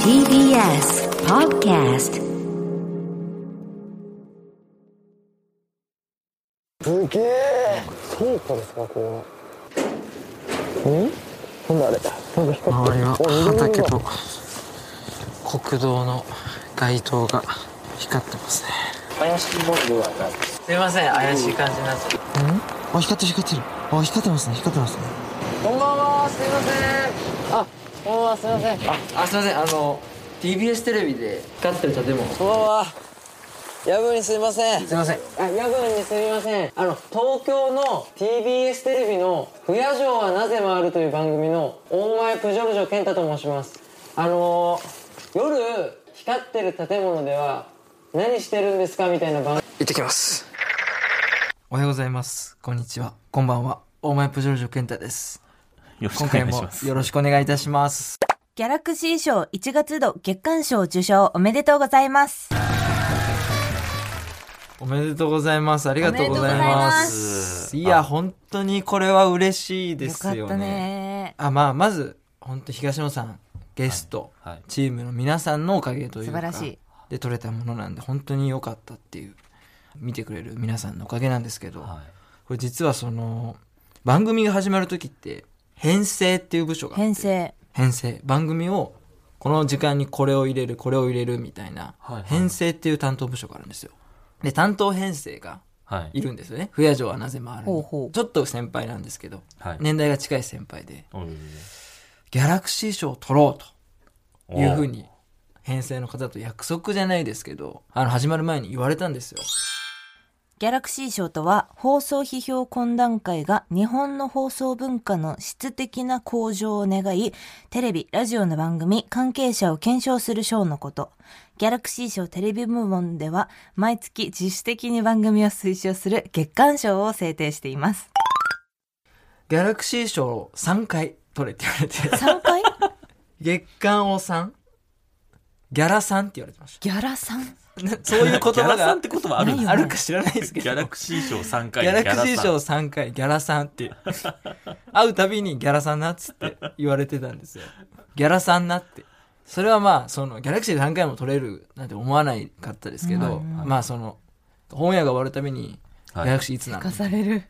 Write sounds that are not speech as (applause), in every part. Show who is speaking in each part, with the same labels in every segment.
Speaker 1: TBS Podcast
Speaker 2: すげえ倉庫ですかこれはんなんだあれなんか光って
Speaker 3: 周り
Speaker 2: る
Speaker 3: は
Speaker 2: お緑
Speaker 3: 畑
Speaker 2: 色だ
Speaker 3: と国道の街灯が光ってますね
Speaker 4: 怪しいものではないです。
Speaker 3: すいません怪しい感じになっちゃうんあ光ってる光ってるあ光ってますね光ってますね
Speaker 2: こんばんはすいませんあこんばんはすいませんあ
Speaker 3: あすいませんあの TBS テレビで光ってる建物
Speaker 2: こんばんは夜分にすいません
Speaker 3: すいません
Speaker 2: あ夜分にすみませんあの東京の TBS テレビの「不夜城はなぜ回る」という番組の大前プジョルジョ健太と申しますあのー、夜光ってる建物では何してるんですかみたいな番
Speaker 3: 行ってきますおはようございますこんにちはこんばんは大前プジョルジョ健太です
Speaker 4: よろしく
Speaker 3: 今回
Speaker 4: お願いし
Speaker 3: も
Speaker 4: ます。
Speaker 3: よろしくお願いいたします
Speaker 5: ギャラクシー賞1月度月間賞受賞おめでとうございます。
Speaker 3: おめでとうございますありがとうございますいや本当にこれは嬉しいで
Speaker 5: よ
Speaker 3: す
Speaker 5: か
Speaker 3: よね
Speaker 5: ったね。
Speaker 3: あまあまず本当東野さんゲスト、
Speaker 4: はいはい
Speaker 3: チームの皆さんのおかげというか
Speaker 5: 素晴らしい
Speaker 3: で取れたものなんで本当に良かったっていう見てくれる皆さんのおかげなんですけど、
Speaker 4: はい
Speaker 3: これ実はその番組が始まる時って編成っていう部署があって
Speaker 5: 編成。
Speaker 3: 編成番組をこの時間にこれを入れるこれを入れるみたいな、
Speaker 4: はいはい
Speaker 3: 編成っていう担当部署があるんですよで担当編成が
Speaker 4: はい
Speaker 3: い。るんですよね不夜城はなぜ回るに
Speaker 5: ほうほう
Speaker 3: ちょっと先輩なんですけど、
Speaker 4: はい
Speaker 3: 年代が近い先輩で
Speaker 4: うん
Speaker 3: ギャラクシー賞を取ろうというふう
Speaker 4: お
Speaker 3: に編成の方と約束じゃないですけどあの始まる前に言われたんですよ
Speaker 5: ギャラクシー賞とは放送批評懇談会が日本の放送文化の質的な向上を願い、テレビ、ラジオの番組、関係者を検証する賞のこと。ギャラクシー賞テレビ部門では毎月自主的に番組を推奨する月間賞を制定してい
Speaker 3: (laughs)
Speaker 5: ます。
Speaker 3: ギャラクシー賞を3回取れって言われて (laughs)
Speaker 5: 3回
Speaker 3: 月間を3ギャラ3って言われてま
Speaker 5: (laughs)
Speaker 3: し
Speaker 5: ギャラさん
Speaker 3: たなそういう言
Speaker 4: ギャ
Speaker 3: 葉
Speaker 4: ラさ
Speaker 3: が
Speaker 4: んって言葉あるんです
Speaker 3: あるか知らないですけ
Speaker 4: ギ
Speaker 3: ど
Speaker 4: ャラクシー賞3回
Speaker 3: ギャラクシー賞
Speaker 4: ギャラさん
Speaker 3: 3回ギャラさんって (laughs) 会うたびにギャラさんなっつって言われてたんですよギャラさんなってそれはまあそのギャラクシーで3回も取れるなんて思わないかったですけど、まあその本屋が終わるたびにギ
Speaker 4: はい
Speaker 3: ャラクシーいつな
Speaker 5: 化
Speaker 3: の
Speaker 5: される。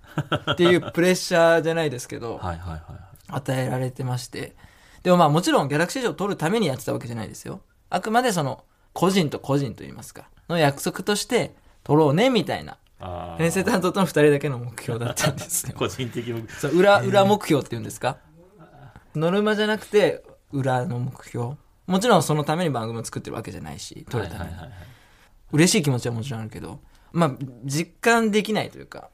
Speaker 3: っていうプレッシャーじゃないですけど、
Speaker 4: はいはいはい
Speaker 3: 与えられてましてでもまあもちろんギャラクシー賞を取るためにやってたわけじゃないですよあくまでその個人と個人といいますかの約束として取ろうねみたいな
Speaker 4: あー
Speaker 3: 編成担当との2人だけの目標だったんですよ
Speaker 4: 個人的目
Speaker 3: そう裏裏目標っていうんですかノルマじゃなくて裏の目標もちろんそのために番組を作ってるわけじゃないし撮るために、
Speaker 4: はいはいはいはい
Speaker 3: 嬉しい気持ちはもちろんあるけどまあ実感できないというか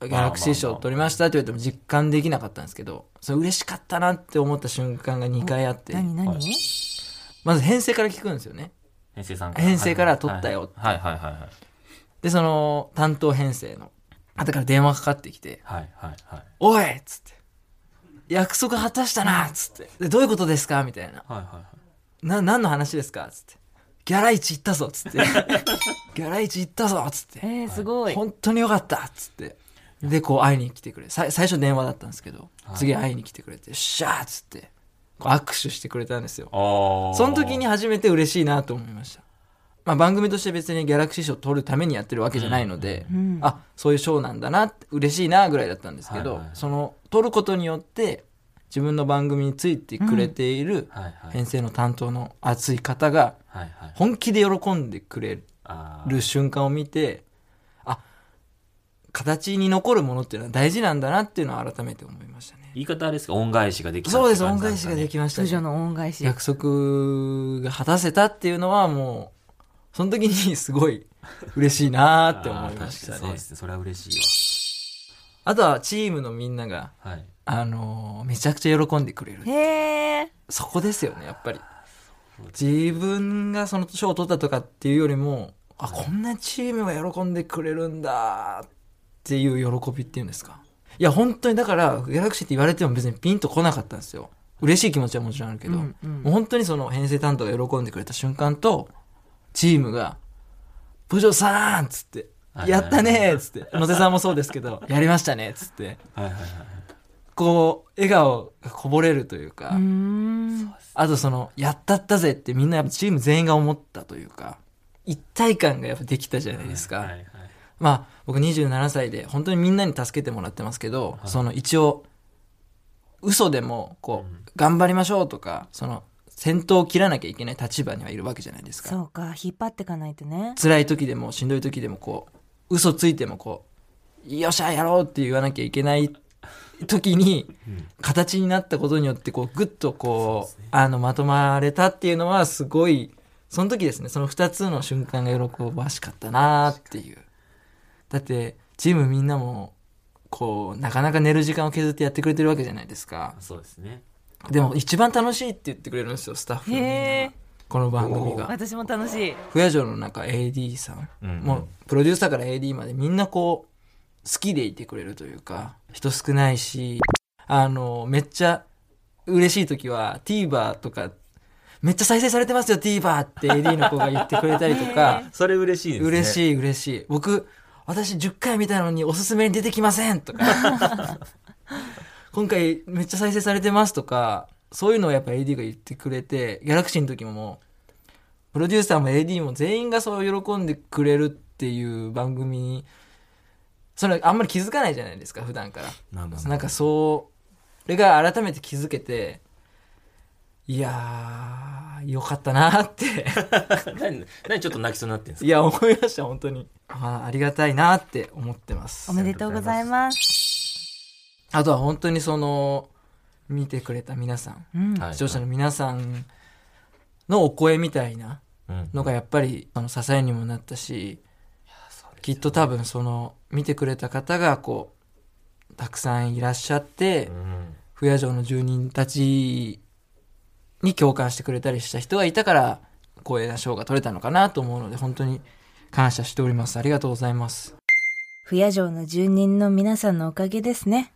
Speaker 3: ギャラクシー賞取りましたって言われても実感できなかったんですけどそれ嬉しかったなって思った瞬間が2回あって
Speaker 5: 何何、
Speaker 4: はい
Speaker 3: まず編成から聞くんですよね
Speaker 4: 編成さん
Speaker 3: 編成から撮ったよ
Speaker 4: はいはいはいはい
Speaker 3: でその担当編成の後から電話かかってきて
Speaker 4: はいはいはい
Speaker 3: 「おい!」っつって「約束果たしたな!」っつってで「どういうことですか?」みたいな
Speaker 4: はいはいはい
Speaker 3: な、何の話ですかつって。ギャラ市行ったぞ
Speaker 5: (laughs)
Speaker 3: つって。ギャラ市行ったぞつって。
Speaker 5: えー、すごい。
Speaker 3: 本当によかったつって。で、こう会いに来てくれ。さ最初電話だったんですけど、次会いに来てくれて、よっしゃーつって、こう握手してくれたんですよ。
Speaker 4: ああ
Speaker 3: その時に初めて嬉しいなと思いました。まあ番組として別にギャラクシー賞取るためにやってるわけじゃないので、あ、そういう賞なんだなって、嬉しいなぐらいだったんですけど、
Speaker 4: はいはい
Speaker 3: その、取ることによって、自分の番組についてくれている
Speaker 4: はいはい
Speaker 3: 編成の担当の熱い方が
Speaker 4: はいはい
Speaker 3: 本気で喜んでくれ
Speaker 4: あー
Speaker 3: る瞬間を見てあ形に残るものっていうのは大事なんだなっていうのを改めて思いましたね
Speaker 4: 言い方あれですか恩返しができた
Speaker 3: そうです恩返しができました
Speaker 5: プジョ
Speaker 3: ね
Speaker 5: の恩返し。
Speaker 3: 約束が果たせたっていうのはもうその時にすごい嬉しいなーって思いましたね
Speaker 4: そうですねそれは嬉し
Speaker 3: あとはチームのみんなが
Speaker 4: いわはい
Speaker 3: あのーめちゃくちゃ喜んでくれる
Speaker 5: へえ。
Speaker 3: そこですよねやっぱり自分がその賞を取ったとかっていうよりもあこんなチームが喜んでくれるんだっていう喜びっていうんですかいや本当にだからギャラクシーって言われても別にピンとこなかったんですよ嬉しい気持ちはもちろんあるけど、
Speaker 5: うんうん
Speaker 3: もう本当にその編成担当が喜んでくれた瞬間とチームが「部長さん!」っつって「
Speaker 4: はい
Speaker 3: やったね!」っつって野瀬さんもそうですけど「やりましたね!」っつって
Speaker 4: はいはいはい
Speaker 3: こう、笑顔がこぼれるというか、
Speaker 5: うーん
Speaker 3: あとその、やったったぜってみんなやっぱチーム全員が思ったというか、一体感がやっぱできたじゃないですか。
Speaker 4: はいはい
Speaker 3: まあ、僕27歳で、本当にみんなに助けてもらってますけど、その一応、嘘でも、こう、頑張りましょうとか、その、先頭を切らなきゃいけない立場にはいるわけじゃないですか。
Speaker 5: そうか引っ張ってかないとね
Speaker 3: 辛い時でも、しんどい時でも、こう、嘘ついても、こう、よっしゃ、やろうって言わなきゃいけない時に、形になったことによって、こう、ぐっとこう、あの、まとまれたっていうのは、すごい、その時ですね、その二つの瞬間が喜ばしかったなっていう。だって、チームみんなも、こう、なかなか寝る時間を削ってやってくれてるわけじゃないですか。
Speaker 4: そうですね
Speaker 3: でも、一番楽しいって言ってくれるんですよ、スタッフのみんな
Speaker 5: へ
Speaker 3: が
Speaker 5: ー。
Speaker 3: この番組が。
Speaker 5: 私も楽しい
Speaker 3: 不夜城の中 AD さん、
Speaker 4: うん
Speaker 3: もうプロデューサーから AD までみんなこう好きでいてくれるというか人少ないしあのめっちゃ嬉しい時は TVer とかめっちゃ再生されてますよ TVer って AD の子が言ってくれたりとか
Speaker 4: それ嬉しいですね
Speaker 3: 嬉
Speaker 4: い
Speaker 3: しい嬉しい僕私10回見たのにおすすめに出てきませんとか
Speaker 4: (laughs)
Speaker 3: 今回めっちゃ再生されてますとかそういうのをやっぱ AD が言ってくれてギャラクシーの時ももうプロデューサーも AD も全員がそう喜んでくれるっていう番組にそれあんまり気づかないじゃないですか普段から
Speaker 4: なんだ
Speaker 3: なんかそれが改めて気づけていやーよかったなーって
Speaker 4: (laughs) 何何ちょっと泣きそうになってんです
Speaker 3: いや、思いました、本当に。あーありがたいなって思ってます
Speaker 5: お。めでとうございます
Speaker 3: あとは本当にその、見てくれた皆さん、
Speaker 5: うん
Speaker 4: かはい
Speaker 3: 視聴者の皆さんのお声みたいな
Speaker 4: うん
Speaker 3: のがやっぱりその支えにもなったし、きっと多分その、見てくれた方がこう、たくさんいらっしゃって、
Speaker 4: うん
Speaker 3: 不夜城の住人たちに共感してくれたりした人がいたから、光栄な賞が取れたのかなと思うので、本当に感謝しております。ありがとうございます。
Speaker 5: 不夜城の住人の皆さんのおかげですね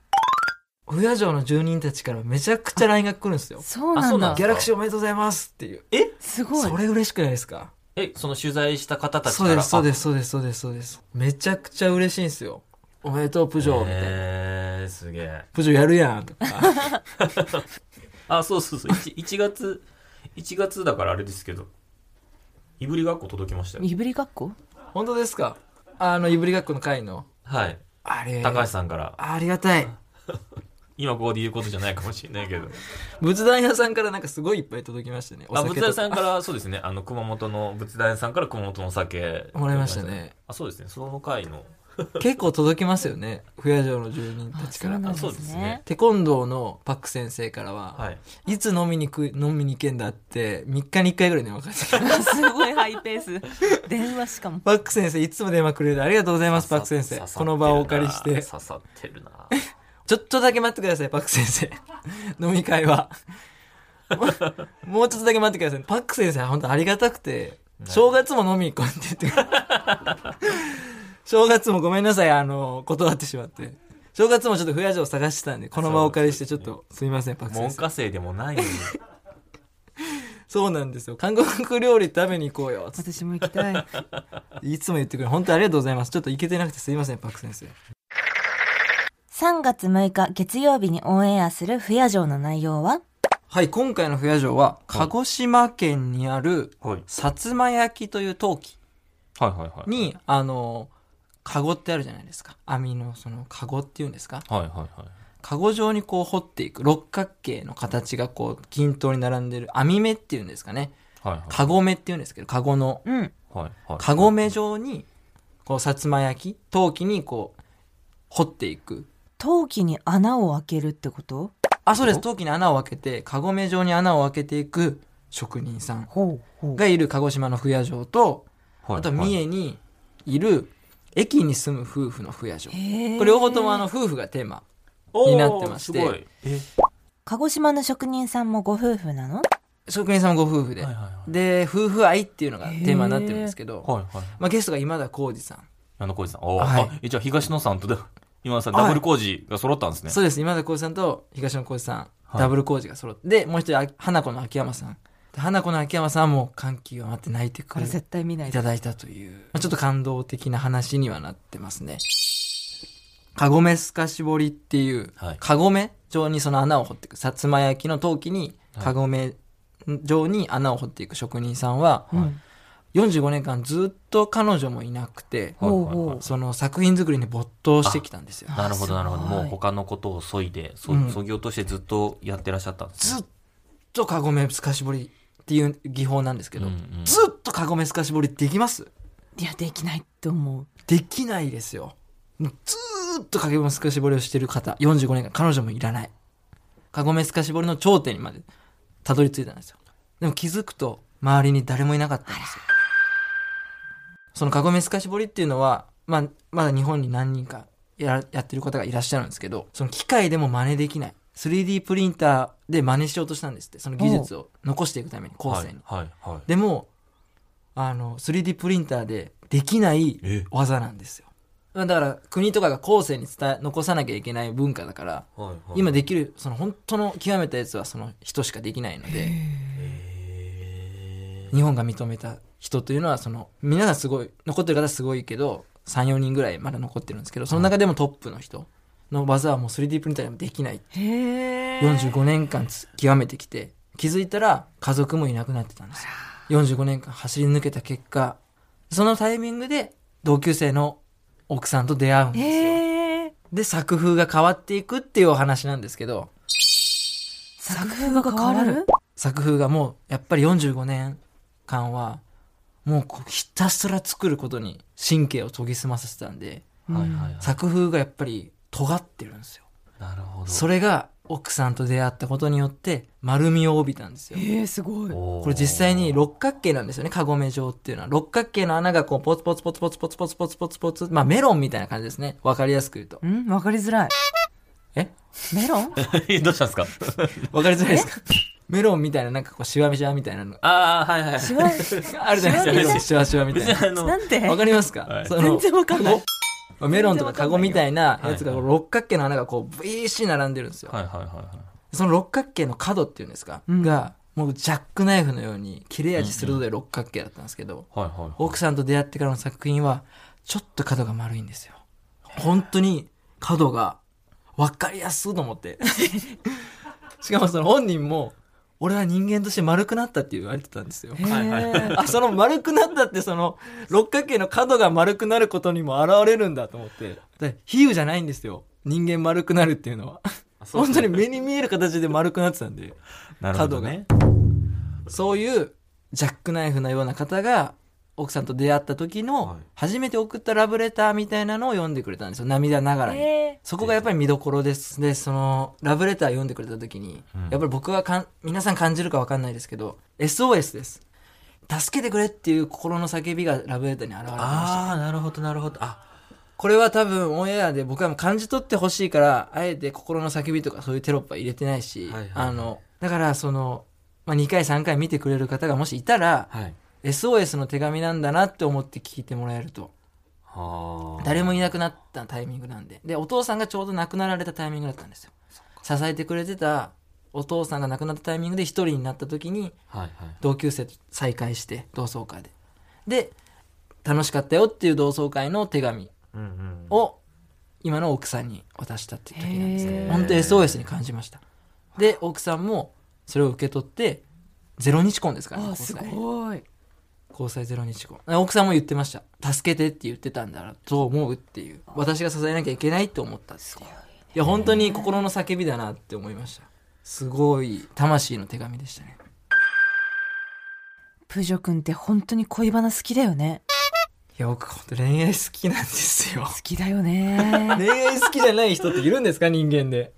Speaker 3: 不夜城の住人たちからめちゃくちゃ LINE が来るんですよ。
Speaker 5: そう
Speaker 4: あ
Speaker 5: な
Speaker 4: そ
Speaker 5: ん
Speaker 4: うな
Speaker 5: だ
Speaker 4: ん
Speaker 3: ギャラクシーおめでとうございますっていう。え
Speaker 5: すごい
Speaker 3: それ嬉しくないですか
Speaker 4: えその取材した方たちか
Speaker 3: そう
Speaker 4: ら
Speaker 3: です、そうです、そうです、そうです、そうです。めちゃくちゃ嬉しいんですよ。おめでとう、プジョーみたいな。
Speaker 4: えー、すげえ
Speaker 3: プジョーやるやんとか。 (laughs)
Speaker 4: あそうそうそう 1, 月1月だからあれですけどいぶりがっこ届きましたよ
Speaker 5: いぶりがっこ
Speaker 3: 本当ですかあの、いぶりがっこの会の。
Speaker 4: はい
Speaker 3: あれ。
Speaker 4: 高橋さんから
Speaker 3: ありがたい。
Speaker 4: 今ここで言うことじゃないかもしれないけど
Speaker 3: 仏壇屋さんからなんかすごいいっぱい届きましたね。お
Speaker 4: あ
Speaker 3: 酒と
Speaker 4: 仏
Speaker 3: か
Speaker 4: 壇さんからそうですねあの熊本の仏壇さんから熊本のお酒
Speaker 3: もらいましたね
Speaker 4: あそうですねその回の
Speaker 3: 結構届きますよね。不夜城の住人たちか
Speaker 5: あそ
Speaker 3: ら。
Speaker 5: うなん
Speaker 4: あ
Speaker 5: だ
Speaker 4: そうですね
Speaker 3: テコンドーのパック先生からは、
Speaker 4: はい
Speaker 3: いつ飲みにく飲みに行けんだって3日に1回ぐらい電話かかってきた (laughs)
Speaker 5: すごいハイペー (laughs) ス電話しかも
Speaker 3: パック先生いつも電話くれるありがとうございますパック先生
Speaker 4: 刺さって
Speaker 3: こ
Speaker 4: るな
Speaker 3: の場をお借りして
Speaker 4: 刺さってるな
Speaker 3: ちょっとだけ待ってくださいパック先生 (laughs) 飲み会はもう (laughs) もうちょっとだけ待ってくださいパック先生本当ありがたくて正月も飲み行こうって言って正月もごめんなさいあの断ってしまって正月もちょっと不夜城探してたんでこの場をお借りしてちょっとすいませんパック先
Speaker 4: 文
Speaker 3: 生
Speaker 4: 科生でもな
Speaker 3: (laughs)
Speaker 4: いのに
Speaker 3: そうなんですよ韓国料理食べに行こうよつって
Speaker 5: 私も行きたい
Speaker 3: いつも言ってくれる本当にありがとうございます。ちょっといけてなくてすいません、パク先生。
Speaker 5: 3月6日月曜日にオンエアする不夜城の内容は
Speaker 3: はい、今回の不夜城は、鹿児島県にある、
Speaker 4: はい
Speaker 3: さつま焼きという陶器
Speaker 4: はいはいはい
Speaker 3: に、あの、カゴってあるじゃないですか。網のそのカゴっていうんですか。
Speaker 4: はいはいはい
Speaker 3: カゴ状にこう掘っていく、六角形の形がこう均等に並んでる網目っていうんですかね。
Speaker 4: はい
Speaker 3: カゴ目っていうんですけど、カゴの
Speaker 5: うん
Speaker 4: はいはい
Speaker 3: カゴ目状に、こう、さつま焼き、陶器にこう、掘っていく
Speaker 5: 陶器に穴を開けるってこと
Speaker 3: あ、そうです。陶器に穴を開けて、カゴメ状に穴を開けていく職人さん
Speaker 5: ほうほ
Speaker 3: がいる鹿児島の不夜城と、あと三
Speaker 4: え
Speaker 3: 重にいる駅に住む夫婦の不夜城。
Speaker 5: へえ
Speaker 3: これ両方ともあの夫婦がテーマ。になってまして
Speaker 4: すごいえ
Speaker 5: 鹿児島の職人さんもご夫婦なの
Speaker 3: 職人さんもご夫婦で
Speaker 4: はい。はいはい
Speaker 3: で、夫婦愛っていうのがテーマになってるんですけど、
Speaker 4: はいはい
Speaker 3: まあゲストが今田耕司さん。
Speaker 4: 矢野浩二さんおー、
Speaker 3: はい
Speaker 4: あえじゃあ東野さんとだ今田さん
Speaker 3: はい
Speaker 4: ダブル工事が揃ったんですね
Speaker 3: そうです。今田耕司さんと東野耕司さん、
Speaker 4: い
Speaker 3: ダブル耕司が揃って、で、もう一人、あ花子の秋山さん。で花子の秋山さんも歓喜を待って泣いてく
Speaker 5: これ
Speaker 3: る。
Speaker 5: 絶対見ない
Speaker 3: い
Speaker 5: と
Speaker 3: ただいたという、まあちょっと感動的な話にはなってますね。カゴメスカ絞りっていう、
Speaker 4: はい
Speaker 3: カゴメ状にその穴を掘っていくさつま焼きの陶器にかごめ状に穴を掘っていく職人さんは、
Speaker 5: うん
Speaker 3: 45年間ずっと彼女もいなくて、
Speaker 4: は
Speaker 5: ほ
Speaker 4: い
Speaker 5: う
Speaker 4: はい
Speaker 5: ほ
Speaker 4: は
Speaker 5: う
Speaker 4: い
Speaker 3: その作品作りに没頭してきたんですよ。
Speaker 4: なるほどなるほど
Speaker 5: すごい
Speaker 4: もう他のことを削いでそ,、
Speaker 3: うん
Speaker 4: ぎ落としてずっとやってらっしゃったんです
Speaker 3: ず
Speaker 4: ね
Speaker 3: っとカゴメ透かし彫りっていう技法なんですけど、
Speaker 4: うんうん
Speaker 3: ずっとカゴメ透かし彫りできます
Speaker 5: いやできないと思う
Speaker 3: できないですよ。ずーっとカゴメ透かし彫りをしてる方、45年間彼女もいらない。カゴメ透かし彫りの頂点にまでたどり着いたんですよ。でも気づくと周りに誰もいなかったんですよ。そのカゴメ透かし彫りっていうのは、まあ、まだ日本に何人かややってる方がいらっしゃるんですけど、その機械でも真似できない。3D プリンターで真似しようとしたんですって、その技術を残していくために、後
Speaker 4: は
Speaker 3: 世
Speaker 4: い
Speaker 3: に。
Speaker 4: はいはい
Speaker 3: でもあの 3D プリンターでできない
Speaker 4: え
Speaker 3: 技なんですよだから国とかが後世に伝え残さなきゃいけない文化だから
Speaker 4: はいはい
Speaker 3: 今できるその本当の極めたやつはその人しかできないので日本が認めた人というのはその皆さんすごい残ってる方すごいけど34人ぐらいまだ残ってるんですけどその中でもトップの人の技はもう 3D プリンターでもできない
Speaker 5: へえ
Speaker 3: 45年間つ極めてきて気づいたら家族もいなくなってたんですよ45年間走り抜けた結果そのタイミングで同級生の奥さんと出会うんですよ
Speaker 5: へえ
Speaker 3: で作風が変わっていくっていうお話なんですけど
Speaker 5: 作風が変わる
Speaker 3: 作風がもうやっぱり45年間はもうこうひたすら作ることに神経を研ぎ澄ませてたんで
Speaker 4: はいはいはい
Speaker 3: 作風がやっぱり尖ってるんですよ
Speaker 4: なるほど
Speaker 3: それが奥さんと出会ったことによって丸みを帯びたんですよ
Speaker 5: へえすごい
Speaker 4: こ
Speaker 3: これ実際に六角形なんですよね、カゴメ状っていうのは。六角形の穴がこう、ポツポツポツポツポツポツポツポツポツ、まあメロンみたいな感じですね。わかりやすく言うと。
Speaker 5: うんわかりづらい
Speaker 3: え
Speaker 5: メロン
Speaker 4: (laughs) どうしたんですか
Speaker 3: (laughs) わかりづらいですかメロンみたいな、なんかこう、シワシワみたいなの。
Speaker 4: ああはいはい
Speaker 5: しわ
Speaker 3: あるじゃないですか、
Speaker 4: シワ
Speaker 3: メロンシワシワみたい
Speaker 4: 別に
Speaker 3: な。
Speaker 4: あの
Speaker 5: なんて
Speaker 3: (laughs) わかりますか、
Speaker 4: はい
Speaker 3: そ
Speaker 5: 全
Speaker 3: の、
Speaker 5: 然わかんない
Speaker 3: まあメロンとか
Speaker 5: 全然
Speaker 3: カ
Speaker 5: わか
Speaker 3: ゴ
Speaker 5: んない
Speaker 3: み
Speaker 5: よ
Speaker 3: たいなやつが
Speaker 4: は
Speaker 3: こ
Speaker 4: いは
Speaker 3: う
Speaker 4: い
Speaker 3: 六角形の穴がこう、ブイーシー並んでるんですよ。
Speaker 4: はいはいはいはい
Speaker 3: その六角形の角っていうんですか、
Speaker 5: うん
Speaker 3: が、もうジャックナイフのように、切れ味鋭い六角形だったんですけど、
Speaker 4: はいはいはい
Speaker 3: 奥さんと出会ってからの作品はちょっと角が丸いんですよ本当に角が分かりやすいと思ってしかもその本人も俺は人間として丸くなったって言われてたんですよ
Speaker 5: へえ
Speaker 3: あその丸くなったってその六角形の角が丸くなることにも現れるんだと思ってで比喩じゃないんですよ人間丸くなるっていうのは
Speaker 4: そう
Speaker 3: 本当に目に見える形で丸くなってたんで
Speaker 4: なるほどね
Speaker 3: そういうジャックナイフのような方が奥さんと出会った時
Speaker 4: はい
Speaker 3: の初めて送ったラブレターみたいなのを読んでくれたんですよ涙ながらに、
Speaker 5: へ
Speaker 3: そこがやっぱり見どころですでそのラブレター読んでくれた時に、
Speaker 4: うん
Speaker 3: やっぱり僕はかん皆さん感じるか分かんないですけど SOS です助けてくれっていう心の叫びがラブレターに現れてました
Speaker 4: ああなるほどなるほどあ
Speaker 3: これは多分オンエアで僕はもう感じ取ってほしいからあえて心の叫びとかそういうテロップは入れてないし、
Speaker 4: はいはい
Speaker 3: あのだからその、まあ、2回3回見てくれる方がもしいたら、
Speaker 4: はい
Speaker 3: SOS の手紙なんだなって思って聞いてもらえると
Speaker 4: はあ
Speaker 3: 誰もいなくなったタイミングなんででお父さんがちょうど亡くなられたタイミングだったんですよ支えてくれてたお父さんが亡くなったタイミングで一人になった時に
Speaker 4: はいはい
Speaker 3: 同級生と再会して同窓会でで楽しかったよっていう同窓会の手紙
Speaker 4: うんうん
Speaker 3: を今の奥さんに渡したっていう時なんです
Speaker 5: へ
Speaker 3: ね
Speaker 5: ー
Speaker 3: 本当 SOS に感じましたで奥さんもそれを受け取ってゼロ日婚ですからね
Speaker 5: あ
Speaker 3: 交
Speaker 5: す
Speaker 3: 際
Speaker 5: ごい
Speaker 3: 交際ゼロ日後奥さんも言ってました助けてって言ってたんだと思うっていう私が支えなきゃいけないって思ったっていうい,、や本当に心の叫びだなって思いましたすごい魂の手紙でしたね
Speaker 5: プジョ君って本当に恋バナ好きだよね
Speaker 3: いや僕本当恋愛好きなんですよ
Speaker 5: 好きだよね
Speaker 3: (laughs) 恋愛好きじゃない人っているんですか人間で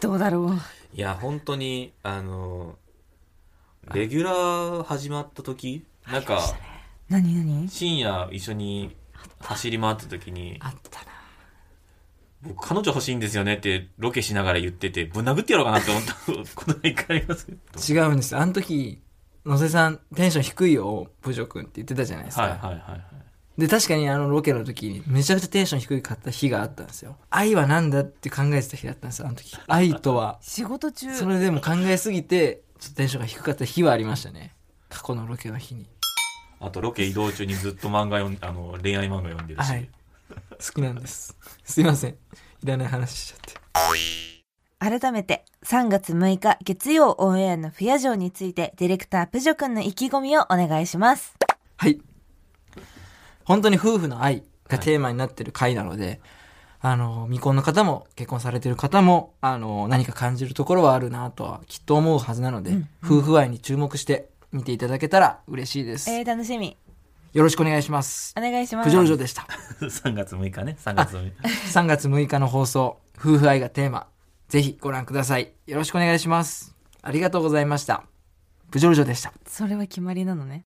Speaker 5: どうだろう
Speaker 4: いや本当にあのレギュラー始まった時なんか
Speaker 5: 何何
Speaker 4: 深夜一緒に走り回った時に
Speaker 3: あったな
Speaker 4: 僕彼女欲しいんですよねってロケしながら言っててぶん殴ってやろうかなって思った (laughs) ことが一回ありますけど
Speaker 3: 違うんですあの時野瀬さんテンション低いよプジョ君って言ってたじゃないですか、
Speaker 4: はいはいはいはい
Speaker 3: で確かにあのロケの時にめちゃくちゃテンション低かった日があったんですよ愛は何だって考えてた日だったんですよあの時愛とは
Speaker 5: 仕事中
Speaker 3: それでも考えすぎてちょっとテンションが低かった日はありましたね過去のロケの日に
Speaker 4: あとロケ移動中にずっと漫画読んあ (laughs) の恋愛漫画読んでるし、
Speaker 3: はい好きなんですすいませんいらない話しちゃって
Speaker 5: 改めて3月6日月曜オンエアの不夜城についてディレクタープジョ君の意気込みをお願いします。
Speaker 3: はい。本当に夫婦の愛がテーマになってる回なので、あの、未婚の方も結婚されてる方も、あの、何か感じるところはあるなとはきっと思うはずなので、夫婦愛に注目して見ていただけたら嬉しいです。
Speaker 5: えー、楽しみ。
Speaker 3: よろしくお願いします
Speaker 5: お。願いします。
Speaker 3: プジョルジョでした。
Speaker 4: 3月6日ね、3月6日。
Speaker 3: 3月6日の放送、夫婦愛がテーマ、ぜひご覧ください。よろしくお願いします。ありがとうございました。プジョルジョでした。
Speaker 5: それは決まりなのね。